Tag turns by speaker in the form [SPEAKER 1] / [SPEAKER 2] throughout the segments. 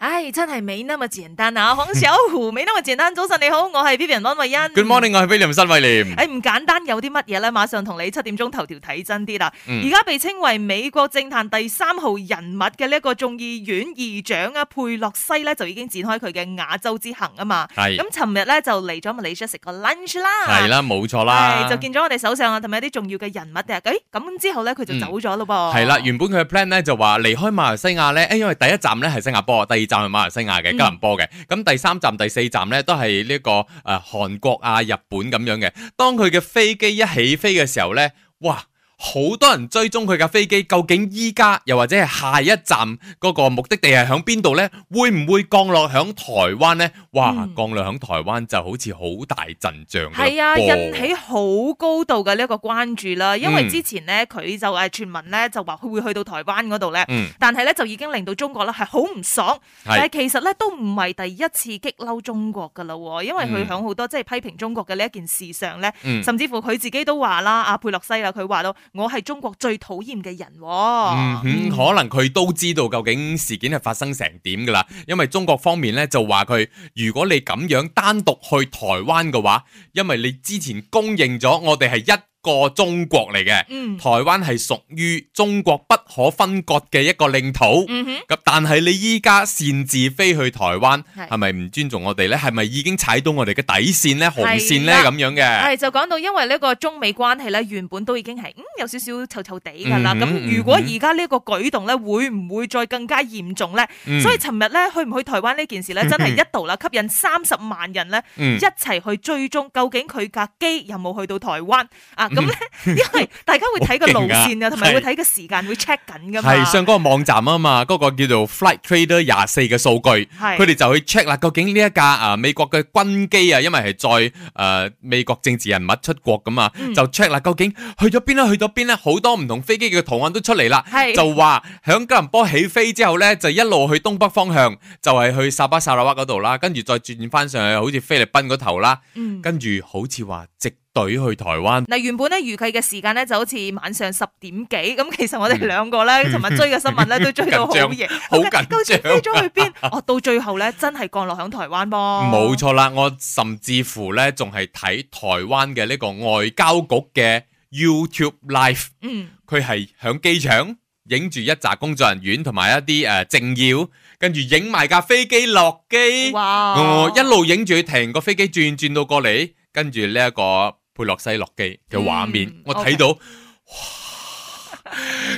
[SPEAKER 1] 唉，真係沒那麼簡單啊！ 黃小 虎，沒那麼簡單。早晨你好，我係 Vivian 溫慧欣。
[SPEAKER 2] Good morning，我係 William 新偉廉。
[SPEAKER 1] 誒唔簡單有啲乜嘢咧？馬上同你七點鐘頭條睇真啲啦。
[SPEAKER 2] 嗯
[SPEAKER 1] 而家被稱為美國政壇第三號人物嘅呢一個眾議院議長啊佩洛西咧，就已經展開佢嘅亞洲之行啊嘛。
[SPEAKER 2] 係
[SPEAKER 1] 咁尋日咧就嚟咗 Malaysia 食個 lunch 啦。
[SPEAKER 2] 係啦，冇錯
[SPEAKER 1] 係
[SPEAKER 2] 啦
[SPEAKER 1] 就。見咗我哋首相啊，同埋一啲重要嘅人物嘅。誒咁之後咧，佢就走咗咯噃。
[SPEAKER 2] 嗯係啦，原本佢嘅 plan 咧就話離開馬來西亞咧，誒因為第一站咧係新加坡，第二站係馬來西亞嘅
[SPEAKER 1] 嗯
[SPEAKER 2] 吉隆坡嘅，咁第三站、第四站咧都係呢個誒韓國啊、日本咁樣嘅。當佢嘅飛機一起飛嘅時候咧，哇！好多人追蹤佢架飛機，究竟依家又或者係下一站嗰個目的地係響邊度呢？會唔會降落響台灣呢？哇！
[SPEAKER 1] 嗯
[SPEAKER 2] 降落響台灣就好似好大陣仗咁
[SPEAKER 1] 係啊，
[SPEAKER 2] 噃
[SPEAKER 1] 引起好高度嘅呢一個關注啦，因為
[SPEAKER 2] 嗯
[SPEAKER 1] 之前咧佢就誒傳聞咧就話佢會去到台灣嗰度咧，
[SPEAKER 2] 嗯
[SPEAKER 1] 但係咧就已經令到中國咧係好唔爽，但係
[SPEAKER 2] 係
[SPEAKER 1] 其實咧都唔係第一次激嬲中國噶啦喎，因為佢響好多即係批評中國嘅呢一件事上咧，
[SPEAKER 2] 嗯。
[SPEAKER 1] 甚至乎佢自己都話啦，阿佩洛西啊啦，佢話到我係中國最討厭嘅人
[SPEAKER 2] 嗯
[SPEAKER 1] 喎，
[SPEAKER 2] 哼，可能佢都知道究竟事件係發生成點噶啦，因為中國方面咧就話佢，如果你咁樣單獨去台灣嘅話，因為你之前公認咗我哋係一個中國嚟嘅，
[SPEAKER 1] 嗯
[SPEAKER 2] 台灣係屬於中國不可分割嘅一個領土。
[SPEAKER 1] 嗯哼，
[SPEAKER 2] 咁但係你依家擅自飛去台灣，
[SPEAKER 1] 係
[SPEAKER 2] 係咪唔尊重我哋呢？係咪已經踩到我哋嘅底線呢？紅線呢？
[SPEAKER 1] 係啦
[SPEAKER 2] 咁樣 嘅，
[SPEAKER 1] 係就講到因為呢個中美關係咧原本都已經係嗯有少少臭臭地㗎啦，
[SPEAKER 2] 嗯哼
[SPEAKER 1] 咁如果
[SPEAKER 2] 嗯哼
[SPEAKER 1] 而家呢一個舉動咧會唔會再更加嚴重咧？
[SPEAKER 2] 嗯
[SPEAKER 1] 所以尋日咧去唔去台灣呢件事咧真係一度啦，吸引三十萬人咧。
[SPEAKER 2] 嗯
[SPEAKER 1] 一齊去追蹤究竟佢架機有冇去到台灣啊？咁咧， 因為大家會睇個路線啊，
[SPEAKER 2] 嗯好勁啊
[SPEAKER 1] 同埋會
[SPEAKER 2] 係
[SPEAKER 1] 睇個時間會 check 緊噶嘛。
[SPEAKER 2] 係上嗰個網站啊嘛，嗰、個叫做 Flight Trader 廿四嘅數據。
[SPEAKER 1] 係
[SPEAKER 2] 佢哋就去 check 啦，究竟呢一架啊美國嘅軍機啊，因為係載誒美國政治人物出國咁嘛，
[SPEAKER 1] 嗯
[SPEAKER 2] 就 check 啦，究竟去咗邊啊啦，去咗邊咧，好多唔同飛機嘅圖案都出嚟啦，
[SPEAKER 1] 係
[SPEAKER 2] 就話響吉隆坡起飛之後咧，就一路去東北方向，就係、去沙巴沙拉哇嗰度啦，跟住再轉翻上去，好似菲律賓嗰頭啦，
[SPEAKER 1] 嗯
[SPEAKER 2] 跟住好似話直隊去台灣。
[SPEAKER 1] 嗱，原本咧預計嘅時間咧就好似晚上十點幾，
[SPEAKER 2] 嗯
[SPEAKER 1] 咁其實我哋兩個咧，尋日追嘅新聞咧都追到好
[SPEAKER 2] 緊張
[SPEAKER 1] 夜，
[SPEAKER 2] 好
[SPEAKER 1] 咁
[SPEAKER 2] 緊張
[SPEAKER 1] 究竟飛咗去 邊？哦，到最後咧真係降落響台灣噃。
[SPEAKER 2] 冇錯啦，我甚至乎咧仲係睇台灣嘅呢個外交局嘅 YouTube Live。
[SPEAKER 1] 嗯，
[SPEAKER 2] 佢係響機場影住一紮工作人員同埋一啲誒、呃政要，跟住影埋架飛機落機，
[SPEAKER 1] 哇，
[SPEAKER 2] 哦一路影住佢停個飛機轉轉到過嚟，跟住呢一個佩洛西落機嘅畫面，
[SPEAKER 1] 嗯
[SPEAKER 2] 我睇到。哇！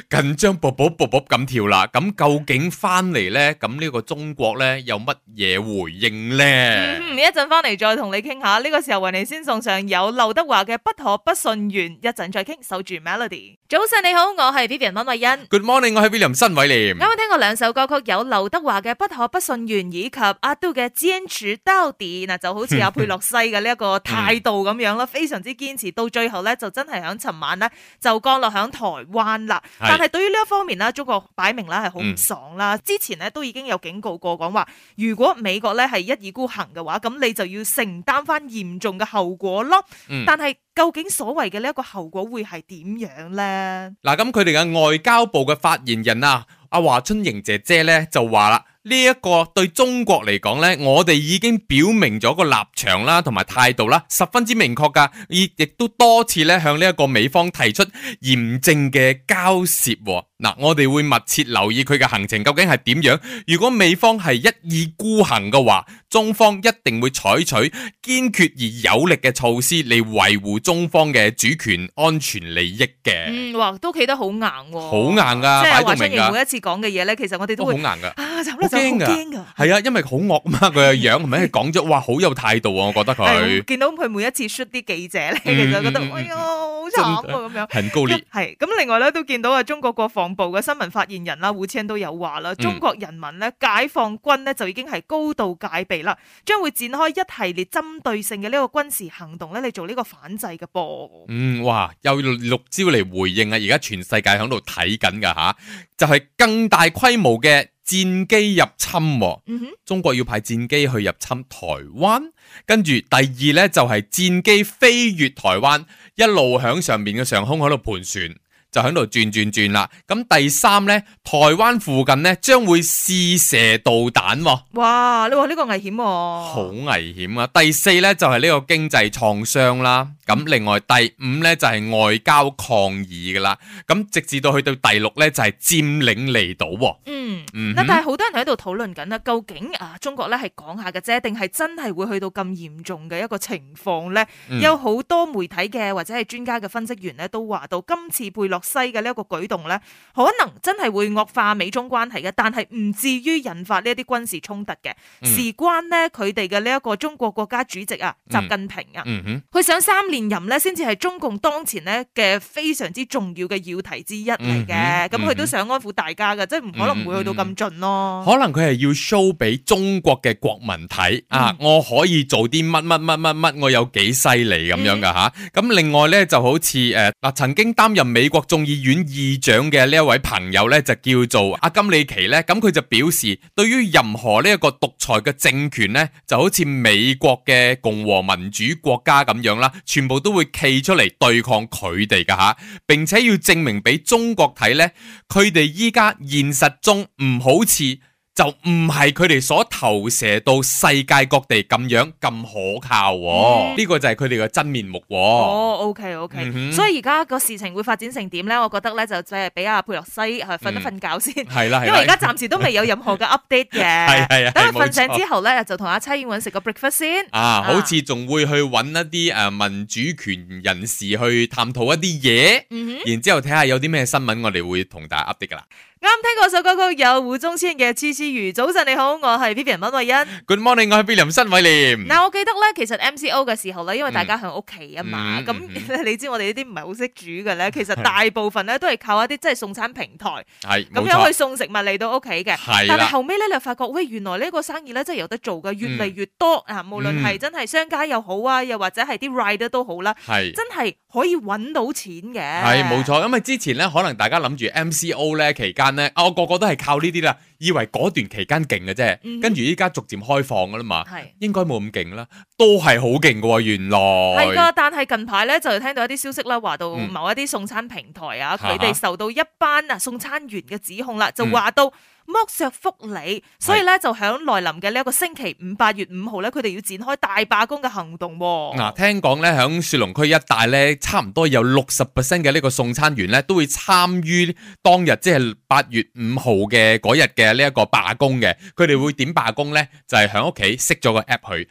[SPEAKER 2] 緊張卜卜卜卜咁跳啦，咁究竟翻嚟呢？咁呢個中國呢，有乜嘢回應呢？
[SPEAKER 1] 嗯，一陣翻嚟再同你傾下。呢、個時候為你先送上有劉德華嘅《不可不信緣》，一陣再傾。守住 Melody。早晨你好，我係 Vivian 温慧欣。
[SPEAKER 2] Good morning，我係 William 新偉廉。
[SPEAKER 1] 啱啱聽過兩首歌曲，有劉德華嘅《不可不信緣》以及阿杜嘅《堅持到底》，嗱就好似阿佩洛西嘅呢一個態度咁
[SPEAKER 2] 嗯
[SPEAKER 1] 樣啦，非常之堅持，到最後咧就真係響尋晚咧就降落響台灣啦。
[SPEAKER 2] 嗯係嗯
[SPEAKER 1] 但係對於呢一方面咧，中國擺明啦係好唔爽啦，之前咧都已經有警告過講話，如果美國咧係一意孤行嘅話，咁你就要承擔翻嚴重嘅後果咯。
[SPEAKER 2] 嗯
[SPEAKER 1] 但係究竟所謂嘅呢一個後果會係點樣咧？
[SPEAKER 2] 嗱，咁佢哋嘅外交部嘅發言人啊，阿華春瑩姐姐咧就話啦，呢、一個對中國嚟講咧，我哋已經表明咗個立場啦，同埋態度啦，十分之明確噶，亦亦都多次咧向呢一個美方提出嚴正嘅交涉喎。嗱，我哋會密切留意佢嘅行程究竟係點樣。如果美方係一意孤行嘅話，中方一定會採取堅決而有力嘅措施嚟維護中方嘅主權安全利益嘅。
[SPEAKER 1] 嗯，哇，都企得好硬喎、
[SPEAKER 2] 好硬噶，
[SPEAKER 1] 即
[SPEAKER 2] 啊
[SPEAKER 1] 係
[SPEAKER 2] 擺到
[SPEAKER 1] 華春
[SPEAKER 2] 明
[SPEAKER 1] 瑩
[SPEAKER 2] 噶，
[SPEAKER 1] 每一次講嘅嘢咧，其實我哋都
[SPEAKER 2] 都好
[SPEAKER 1] 會
[SPEAKER 2] 硬噶。
[SPEAKER 1] 啊，走啦
[SPEAKER 2] 好
[SPEAKER 1] 走，好
[SPEAKER 2] 驚㗎
[SPEAKER 1] 驚噶。
[SPEAKER 2] 係啊，因為好惡嘛，佢個樣係咪？講咗哇，好有態度啊！我覺得
[SPEAKER 1] 係我
[SPEAKER 2] 佢
[SPEAKER 1] 見到佢每一次 shoot 啲記者咧，其
[SPEAKER 2] 嗯
[SPEAKER 1] 實覺得
[SPEAKER 2] 嗯嗯嗯
[SPEAKER 1] 哎呀好慘啊咁樣。
[SPEAKER 2] 很高烈。
[SPEAKER 1] 係咁，另外咧都見到啊，中國國防部嘅新聞發言人啦，胡青都有話
[SPEAKER 2] 嗯
[SPEAKER 1] 啦，中國人民咧解放軍咧就已經係高度戒備啦，將會展開一系列針對性嘅呢個軍事行動咧嚟做呢個反制嘅噃。
[SPEAKER 2] 嗯，哇，有六招嚟回應啊！而家全世界喺度睇緊噶吓，就係更大規模嘅戰機入侵喎。
[SPEAKER 1] 嗯哼，
[SPEAKER 2] 中國要派戰機去入侵台灣，跟住第二呢，就係、戰機飛越台灣，一路響上面嘅上空喺度盤旋。就喺度轉轉轉啦。咁第三呢，台灣附近呢將會試射導彈喎。
[SPEAKER 1] 哇！你話呢個危險喎，
[SPEAKER 2] 好危險啊！第四呢，就係、呢個經濟創傷啦，咁另外第五呢，就係、外交抗議噶啦，咁直至到去到第六呢，就係、佔領離島喎。
[SPEAKER 1] 嗯。
[SPEAKER 2] 嗯
[SPEAKER 1] 嗱，
[SPEAKER 2] 哼，
[SPEAKER 1] 但係好多人喺度討論緊啦，究竟啊中國咧係講下嘅啫，定係真係會去到咁嚴重嘅一個情況咧？
[SPEAKER 2] 嗯
[SPEAKER 1] 有好多媒體嘅或者係專家嘅分析員咧，都話到今次佩洛西嘅呢一個舉動咧，可能真係會惡化美中關係嘅，但係唔至於引發呢一啲軍事衝突嘅。
[SPEAKER 2] 嗯
[SPEAKER 1] 事關呢，佢哋嘅呢一個中國國家主席啊，習
[SPEAKER 2] 嗯
[SPEAKER 1] 近平啊。
[SPEAKER 2] 嗯哼，
[SPEAKER 1] 佢想三連任咧，先至係中共當前咧嘅非常之重要嘅要題之一嚟嘅。
[SPEAKER 2] 嗯哼嗯
[SPEAKER 1] 咁佢都想安撫大家嘅，即係唔可能會去到咁盡咯。
[SPEAKER 2] 可能佢係要 show 俾中國嘅國民睇啊，我可以做啲乜乜乜乜乜，我有幾犀利咁樣噶吓。咁、另外呢，就好似誒嗱，曾經擔任美國眾議院議長嘅呢一位朋友呢，就叫做阿金里奇呢。咁佢就表示，對於任何呢一個獨裁嘅政權呢，就好似美國嘅共和民主國家咁樣啦，全部都會企出嚟對抗佢哋噶吓，並且要證明俾中國睇呢。佢哋依家現實中唔好似就唔係佢哋所投射到世界各地咁樣咁可靠、喎。
[SPEAKER 1] 嗯
[SPEAKER 2] 呢、個就係佢哋嘅真面目、喎。
[SPEAKER 1] 哦，OK OK，、
[SPEAKER 2] 嗯哼
[SPEAKER 1] 所以而家個事情會發展成點咧？我覺得咧就即係俾阿佩洛西係瞓一瞓覺先。
[SPEAKER 2] 係嗯 啦係
[SPEAKER 1] 因
[SPEAKER 2] 啦，
[SPEAKER 1] 為而家暫時都未有任何嘅 update
[SPEAKER 2] 係係
[SPEAKER 1] 嘅，
[SPEAKER 2] 係
[SPEAKER 1] 等佢
[SPEAKER 2] 冇
[SPEAKER 1] 瞓
[SPEAKER 2] 錯
[SPEAKER 1] 醒之後咧，就同阿妻燕揾食個 breakfast 先。
[SPEAKER 2] 啊，好似仲會去揾一啲誒、呃民主權人士去探討一啲嘢，
[SPEAKER 1] 嗯哼。
[SPEAKER 2] 然之後睇下有啲咩新聞我哋會同大家 update 噶啦。
[SPEAKER 1] 啱聽過首歌曲有胡宗憲嘅《痴痴魚》。早晨你好，我係 Vivian 温慧欣。
[SPEAKER 2] Good morning，我係 William 新偉廉。
[SPEAKER 1] 嗱，我記得咧，其實 MCO 嘅時候咧，因為大家喺屋企啊嘛，
[SPEAKER 2] 嗯
[SPEAKER 1] 咁、
[SPEAKER 2] 嗯
[SPEAKER 1] 你知我哋呢啲唔係好識煮嘅 咧，其實大部分咧都係靠一啲即係送餐平台
[SPEAKER 2] 係冇
[SPEAKER 1] 咁樣去
[SPEAKER 2] 錯，
[SPEAKER 1] 送食物嚟到屋企嘅。
[SPEAKER 2] 係
[SPEAKER 1] 但係
[SPEAKER 2] 啦，
[SPEAKER 1] 後尾咧，你就發覺喂，原來呢個生意咧真係有得做嘅，越嚟
[SPEAKER 2] 嗯
[SPEAKER 1] 越多啊！無論係真係商家又好啊，又或者係啲 rider 都好啦，
[SPEAKER 2] 係。
[SPEAKER 1] 真係可以揾到錢嘅。
[SPEAKER 2] 係冇。錯，因為之前咧，可能大家諗住 MCO 咧期間咧，啊我個個都係靠呢啲啦，以為嗰段期間勁嘅
[SPEAKER 1] 嗯哼
[SPEAKER 2] 啫，跟住依家逐漸開放噶啦嘛，
[SPEAKER 1] 係
[SPEAKER 2] 應該冇咁勁啦，都係好勁嘅喎，原
[SPEAKER 1] 係
[SPEAKER 2] 來
[SPEAKER 1] 噶，但係近排咧就聽到一啲消息啦，話到
[SPEAKER 2] 嗯
[SPEAKER 1] 某一啲送餐平台啊，
[SPEAKER 2] 哈哈
[SPEAKER 1] 佢哋受到一班啊送餐員嘅指控啦，就
[SPEAKER 2] 嗯
[SPEAKER 1] 話到剝削福利，所以咧就響來臨嘅呢一個星期五八月五號咧，佢哋要展開大罷工嘅行動喎。
[SPEAKER 2] 嗱，聽講咧響雪隆區一帶咧，差唔多有六十 percent 嘅呢個送餐員咧都會參與當日即係八月五號嘅嗰日嘅呢一個罷工嘅，佢哋會點罷工咧？就係響屋企熄咗個 app
[SPEAKER 1] 嗯
[SPEAKER 2] 佢，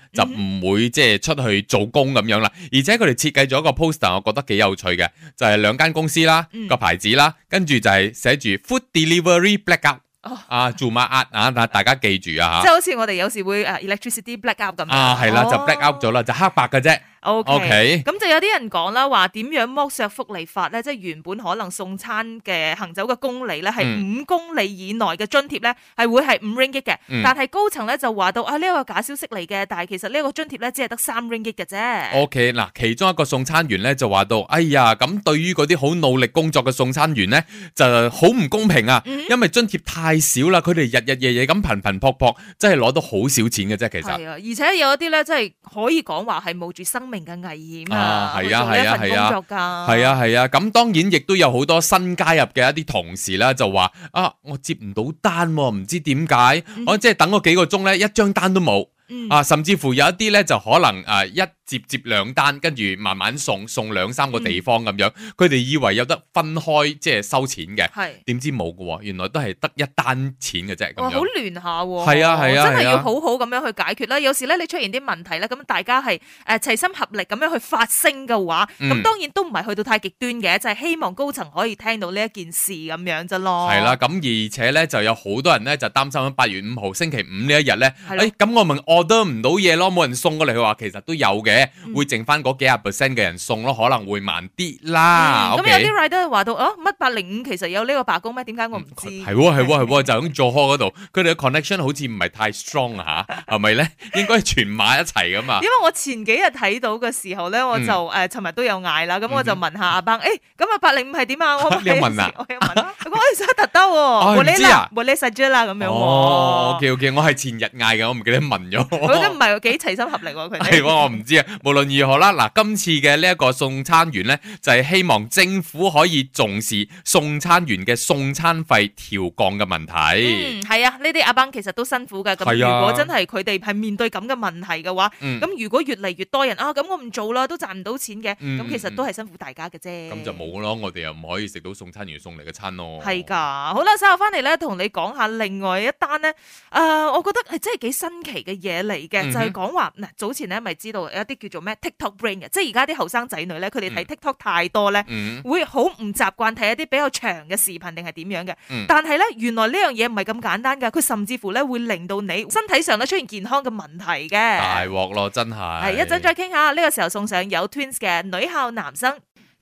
[SPEAKER 2] 就唔會即係出去做工咁樣啦。而且佢哋設計咗一個 poster，我覺得幾有趣嘅，就係兩間公司啦
[SPEAKER 1] 嗯
[SPEAKER 2] 個牌子啦，跟住就係寫住 food delivery blackout
[SPEAKER 1] 哦
[SPEAKER 2] 啊，做乜壓啊？大大家記住啊
[SPEAKER 1] 即係
[SPEAKER 2] 嚇
[SPEAKER 1] 好似我哋有時會誒 electricity black out 咁樣
[SPEAKER 2] 啊，係啦，就 blackout 咗啦，就黑白嘅啫。
[SPEAKER 1] O K，
[SPEAKER 2] OK
[SPEAKER 1] 咁就有啲人講啦，話點樣剝削福利法咧？即係原本可能送餐嘅行走嘅公里咧，係
[SPEAKER 2] 嗯
[SPEAKER 1] 五公里以內嘅津貼咧，係會係五 ringgit 嘅。
[SPEAKER 2] 嗯
[SPEAKER 1] 但係高層咧就話到啊，呢、一個假消息嚟嘅，但係其實呢一個津貼咧只係得三 ringgit 嘅啫。
[SPEAKER 2] O.K. 嗱，其中一個送餐員咧就話到，哎呀，咁對於嗰啲好努力工作嘅送餐員咧，就好唔公平啊，
[SPEAKER 1] 嗯
[SPEAKER 2] 因為津貼太少啦，佢哋日日夜夜咁頻頻撲撲，真係攞到好少錢嘅啫，其實。
[SPEAKER 1] 係啊，而且有一啲咧，真係可以講話係冒住生命嘅危險啊
[SPEAKER 2] 啊，
[SPEAKER 1] 去
[SPEAKER 2] 係
[SPEAKER 1] 做
[SPEAKER 2] 啊
[SPEAKER 1] 呢一份
[SPEAKER 2] 係
[SPEAKER 1] 工
[SPEAKER 2] 啊
[SPEAKER 1] 作㗎。
[SPEAKER 2] 係啊係啊，咁當然亦都有好多新加入嘅一啲同事啦，就話啊，我接唔到單喎，唔知點解，
[SPEAKER 1] 嗯
[SPEAKER 2] 我即係等咗幾個鐘咧，一張單都冇。
[SPEAKER 1] 嗯，
[SPEAKER 2] 啊，甚至乎有一啲咧就可能啊一接接兩單，跟住慢慢送送兩三個地方咁樣，佢哋、以為有得分開即係收錢嘅，
[SPEAKER 1] 係。
[SPEAKER 2] 點知冇嘅喎，原來都係得一單錢嘅啫
[SPEAKER 1] 哇，
[SPEAKER 2] 咁
[SPEAKER 1] 好
[SPEAKER 2] 樣。
[SPEAKER 1] 亂下喎！
[SPEAKER 2] 係啊係啊
[SPEAKER 1] 真係
[SPEAKER 2] 係啊
[SPEAKER 1] 要好好咁樣去解決啦。有時咧，你出現啲問題咧，咁大家係誒齊心合力咁樣去發聲嘅話，咁、
[SPEAKER 2] 嗯
[SPEAKER 1] 當然都唔係去到太極端嘅，就係、希望高層可以聽到呢一件事咁樣啫咯。
[SPEAKER 2] 係啦，，咁而且咧就有好多人咧就擔心八月五號星期五呢一日咧，
[SPEAKER 1] 係
[SPEAKER 2] 誒
[SPEAKER 1] 咯
[SPEAKER 2] 咁、我咪 order 唔到嘢咯，冇人送過嚟，佢話其實都有嘅，
[SPEAKER 1] 嗯
[SPEAKER 2] 會剩翻嗰幾廿 percent 嘅人送咯，可能會慢啲啦。
[SPEAKER 1] 嗯咁、
[SPEAKER 2] 啊 OK
[SPEAKER 1] 有啲 rider 話到，哦，乜八零五其實有呢個罷工咩？點解我唔知？
[SPEAKER 2] 嗯係喎係喎係喎，就咁做開嗰度，佢哋嘅 connection 好似唔係太 strong 啊吓，係咪咧？ 應該係全馬一齊噶嘛
[SPEAKER 1] 因。為我前幾日睇到嘅時候咧，我就
[SPEAKER 2] 嗯
[SPEAKER 1] 誒尋日都有嗌啦，咁我就問下阿班，誒咁啊八零五係點啊？我
[SPEAKER 2] 你有問啊
[SPEAKER 1] 我有問啦，我講誒想特登喎，
[SPEAKER 2] 哦
[SPEAKER 1] 冇
[SPEAKER 2] 唔
[SPEAKER 1] 呢
[SPEAKER 2] 知啊
[SPEAKER 1] 啦，冇呢實啫啦咁樣喎。
[SPEAKER 2] 哦哦，OK OK，我係前日嗌嘅，我唔記得問咗。
[SPEAKER 1] 我 覺得唔係幾齊心合力喎，佢
[SPEAKER 2] 係喎，
[SPEAKER 1] 哋。
[SPEAKER 2] 我唔知啊。無論如何啦，嗱，今次嘅呢一個送餐員呢，就係、希望政府可以重視送餐員嘅送餐費調降嘅問題。
[SPEAKER 1] 嗯，係啊，呢啲阿班其實都辛苦㗎。咁
[SPEAKER 2] 係啊
[SPEAKER 1] 如果真係佢哋係面對咁嘅問題嘅話，
[SPEAKER 2] 嗯，咁
[SPEAKER 1] 咁如果越嚟越多人啊，咁我唔做啦，都賺唔到錢嘅，
[SPEAKER 2] 嗯
[SPEAKER 1] 咁其實都係辛苦大家嘅啫。
[SPEAKER 2] 就。冇咯，我哋又唔可以食到送餐員送嚟嘅餐咯。
[SPEAKER 1] 係㗎，好啦，稍後翻嚟咧，同你講下另外一單咧，誒、我覺得係真係幾新奇嘅嘢嚟嘅，
[SPEAKER 2] 嗯哼
[SPEAKER 1] 就係講話嗱，早前咧咪知道有一啲叫做咩 TikTok brain 嘅，即係而家啲後生仔女咧，佢哋睇
[SPEAKER 2] 嗯
[SPEAKER 1] TikTok 太多咧。
[SPEAKER 2] 嗯，
[SPEAKER 1] 會好唔習慣睇一啲比較長嘅視頻定係點樣嘅，
[SPEAKER 2] 嗯
[SPEAKER 1] 但係咧原來呢樣嘢唔係咁簡單㗎，佢甚至乎咧會令到你身體上咧出現健康嘅問題
[SPEAKER 2] 大
[SPEAKER 1] 嘅。
[SPEAKER 2] 鑊咯，真係。
[SPEAKER 1] 係一陣再傾下，呢、個時候送上有 Twins 嘅女校男生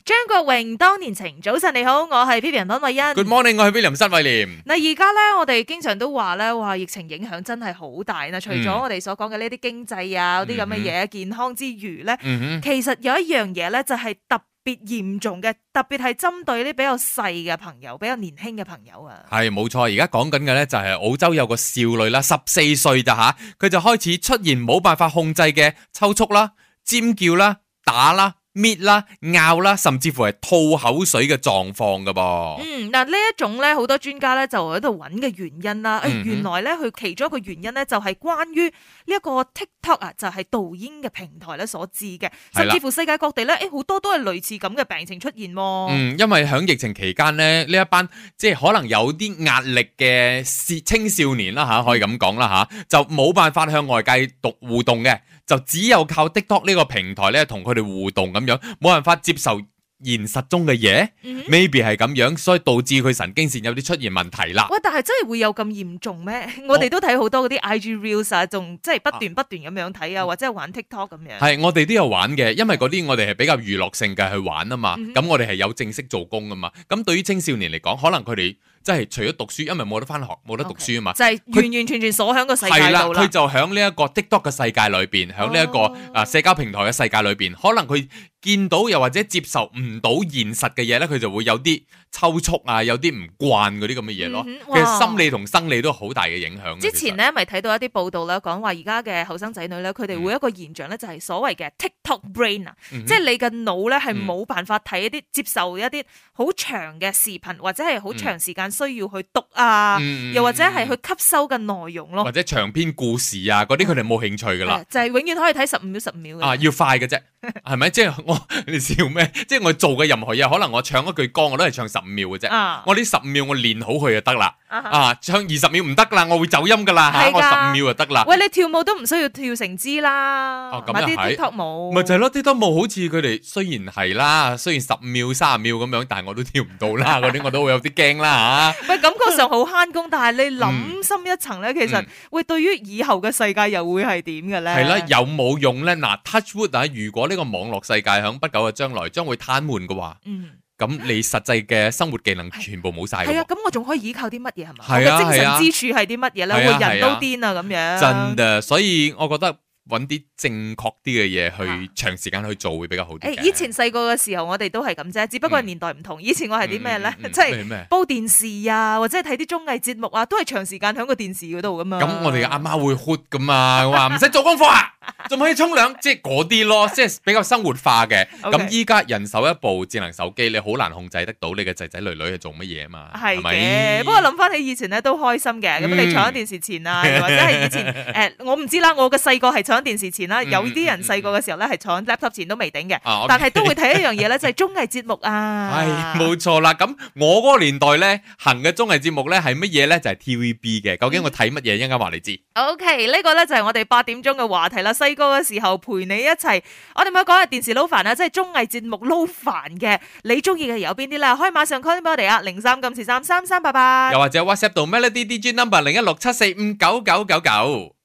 [SPEAKER 1] 張國榮當年情。早晨你好，我係 P P 人安慧欣。
[SPEAKER 2] Good morning，我係 William 申偉廉。
[SPEAKER 1] 嗱，而家咧，我哋經常都話咧，哇！疫情影響真係好大啦。除
[SPEAKER 2] 嗯
[SPEAKER 1] 咗我哋所講嘅呢啲經濟啊、嗰啲咁嘅嘢、健康之餘咧，
[SPEAKER 2] 嗯
[SPEAKER 1] 其實有一樣嘢咧，就係特別嚴重嘅，特別係針對啲比較細嘅朋友、比較年輕嘅朋友啊。
[SPEAKER 2] 哼，係冇錯。而家講緊嘅呢，就係澳洲有個少女啦，十四歲咋吓，佢就開始出現冇辦法控制嘅抽搐啦、尖叫啦、打啦、搣啦、咬啦，甚至乎係吐口水嘅狀況噶噃。
[SPEAKER 1] 嗯，嗱呢一種咧，好多專家咧就喺度揾嘅原因啦。誒、
[SPEAKER 2] 嗯哼
[SPEAKER 1] 原來咧佢其中一個原因咧，就係關於呢一個 TikTok 啊，就係導演嘅平台咧所致嘅，
[SPEAKER 2] 係
[SPEAKER 1] 甚
[SPEAKER 2] 啦
[SPEAKER 1] 至乎世界各地咧，誒好多都係類似咁嘅病情出現喎。
[SPEAKER 2] 嗯，因為喺疫情期間咧，呢一班即係可能有啲壓力嘅少青少年啦吓，可以咁講啦吓，就冇辦法向外界獨互動嘅，就只有靠 TikTok 呢個平台咧同佢哋互動咁樣，冇辦法接受現實中嘅嘢
[SPEAKER 1] 嗯哼
[SPEAKER 2] ，maybe 係咁樣，所以導致佢神經線有啲出現問題啦。
[SPEAKER 1] 喂，但係真係會有咁嚴重咩？我哋都睇好多嗰啲 IG reels 啊，仲即係不斷不斷咁樣睇啊，或者係玩 TikTok 咁樣。
[SPEAKER 2] 係，我哋都有玩嘅，因為嗰啲我哋係比較娛樂性嘅去玩啊嘛。
[SPEAKER 1] 嗯哼
[SPEAKER 2] 咁、我哋係有正式做工噶啊嘛。咁對於青少年嚟講，可能佢哋即係除咗讀書，因為冇得翻學，冇得讀書啊嘛。
[SPEAKER 1] 就係完完全全鎖喺個世界
[SPEAKER 2] 係啦，
[SPEAKER 1] 度
[SPEAKER 2] 佢
[SPEAKER 1] 啦。
[SPEAKER 2] 就喺呢一個 TikTok 嘅世界裏邊，喺呢一個
[SPEAKER 1] 哦
[SPEAKER 2] 啊社交平台嘅世界裏邊，可能佢見到又或者接受唔到現實嘅嘢咧，佢就會有啲抽搐啊，有啲唔慣嗰啲咁嘅嘢咯。
[SPEAKER 1] 嗯哼
[SPEAKER 2] 其實
[SPEAKER 1] 哇
[SPEAKER 2] 心理同生理都好大嘅影響嘅。
[SPEAKER 1] 之前咧咪睇到一啲報道咧，講話而家嘅後生仔女咧，佢哋會有一個現象咧，就係所謂嘅 TikTok brain 啊，
[SPEAKER 2] 嗯嗯哼嗯
[SPEAKER 1] 即係你嘅腦咧係冇辦法睇一啲接受一啲好長嘅視頻，或者係好長時間需要去讀啊，
[SPEAKER 2] 嗯
[SPEAKER 1] 又或者係去吸收嘅內容咯
[SPEAKER 2] 或。者長篇故事啊嗰啲，佢哋冇興趣噶啦。
[SPEAKER 1] 就係永啊遠可以睇十五秒、十五秒嘅。
[SPEAKER 2] 啊，要快嘅 啫，係咪？即係我 你笑咩？即係我做嘅任何嘢，可能我唱一句歌，我都係唱十五秒嘅啫。
[SPEAKER 1] 啊
[SPEAKER 2] 我呢十五秒我練好佢就得啦。
[SPEAKER 1] 啊哈
[SPEAKER 2] 啊，唱二十秒唔得噶啦，我會走音噶啦吓，
[SPEAKER 1] 係㗎
[SPEAKER 2] 我十五秒就得啦。
[SPEAKER 1] 喂，你跳舞都唔需要跳成支啦，
[SPEAKER 2] 哦咁
[SPEAKER 1] 買啲
[SPEAKER 2] 又係
[SPEAKER 1] TikTok 舞。
[SPEAKER 2] 咪就係咯，啲都冇好似佢哋雖然係啦，雖然十秒、三十秒咁樣，但係我都跳唔到 啦，嗰啲我都會有啲驚啦嚇。
[SPEAKER 1] 喂，感覺上好慳工，但係你諗深一層咧，其實
[SPEAKER 2] 嗯
[SPEAKER 1] 喂，對於以後嘅世界又會係點嘅咧？
[SPEAKER 2] 係啦，有冇用咧？嗱，touch wood 啊！如果呢個網絡世界響不久嘅將來將會癱瘓嘅話，
[SPEAKER 1] 嗯，
[SPEAKER 2] 咁你實際嘅生活技能全部冇晒㗎
[SPEAKER 1] 係啊，
[SPEAKER 2] 喎。
[SPEAKER 1] 咁我仲可以依靠啲乜嘢係嘛？我
[SPEAKER 2] 係啊
[SPEAKER 1] 嘅精神
[SPEAKER 2] 係啊
[SPEAKER 1] 支柱係啲乜嘢咧？
[SPEAKER 2] 係啊
[SPEAKER 1] 會人都
[SPEAKER 2] 係啊
[SPEAKER 1] 癲啊咁樣。
[SPEAKER 2] 真嘅，所以我覺得揾啲正確啲嘅嘢去長時間去做會比較好啲嘅。
[SPEAKER 1] 誒，以前細個嘅時候，我哋都係咁啫，只不過係年代唔同。以前我係啲咩咧
[SPEAKER 2] 嗯？嗯嗯
[SPEAKER 1] 即係
[SPEAKER 2] 咩咩？
[SPEAKER 1] 煲電視啊，或者係睇啲綜藝節目啊，都係長時間喺個電視嗰度噶嘛。
[SPEAKER 2] 咁我哋嘅阿媽會 hot 噶嘛， 話唔使做功課啊，仲可以沖涼，即係嗰啲咯，即係比較生活化嘅。
[SPEAKER 1] OK
[SPEAKER 2] 咁依家人手一部智能手機，你好難控制得到你嘅仔仔女女係做乜嘢嘛？
[SPEAKER 1] 係
[SPEAKER 2] 咪
[SPEAKER 1] 嘅，不過諗翻起以前咧都開心嘅，咁
[SPEAKER 2] 嗯
[SPEAKER 1] 你坐喺電視前 啊，又或者係以前誒，我唔知啦，我嘅細個係坐喺電視前啦，
[SPEAKER 2] 嗯
[SPEAKER 1] 有啲人細個嘅時候咧係坐喺 laptop 前都未頂嘅，
[SPEAKER 2] 啊，
[SPEAKER 1] 但係都會睇一樣嘢咧，就係綜藝節目
[SPEAKER 2] 係
[SPEAKER 1] 啊，
[SPEAKER 2] 冇錯啦。咁我嗰個年代咧，行嘅綜藝節目咧係乜嘢咧？就係 TVB 嘅。究竟我睇乜嘢？一陣間話你知。
[SPEAKER 1] OK，呢個咧就係我哋八點鐘嘅話題啦。細個嘅時候陪你一齊，我哋咪講下電視撈飯啊，即係綜藝節目撈飯嘅。你中意嘅有邊啲啦？可以馬上 call 俾我哋啊，零三九四三三三八八
[SPEAKER 2] 又。或者 WhatsApp 到 Melody DJ number 零一六七四五九九九九。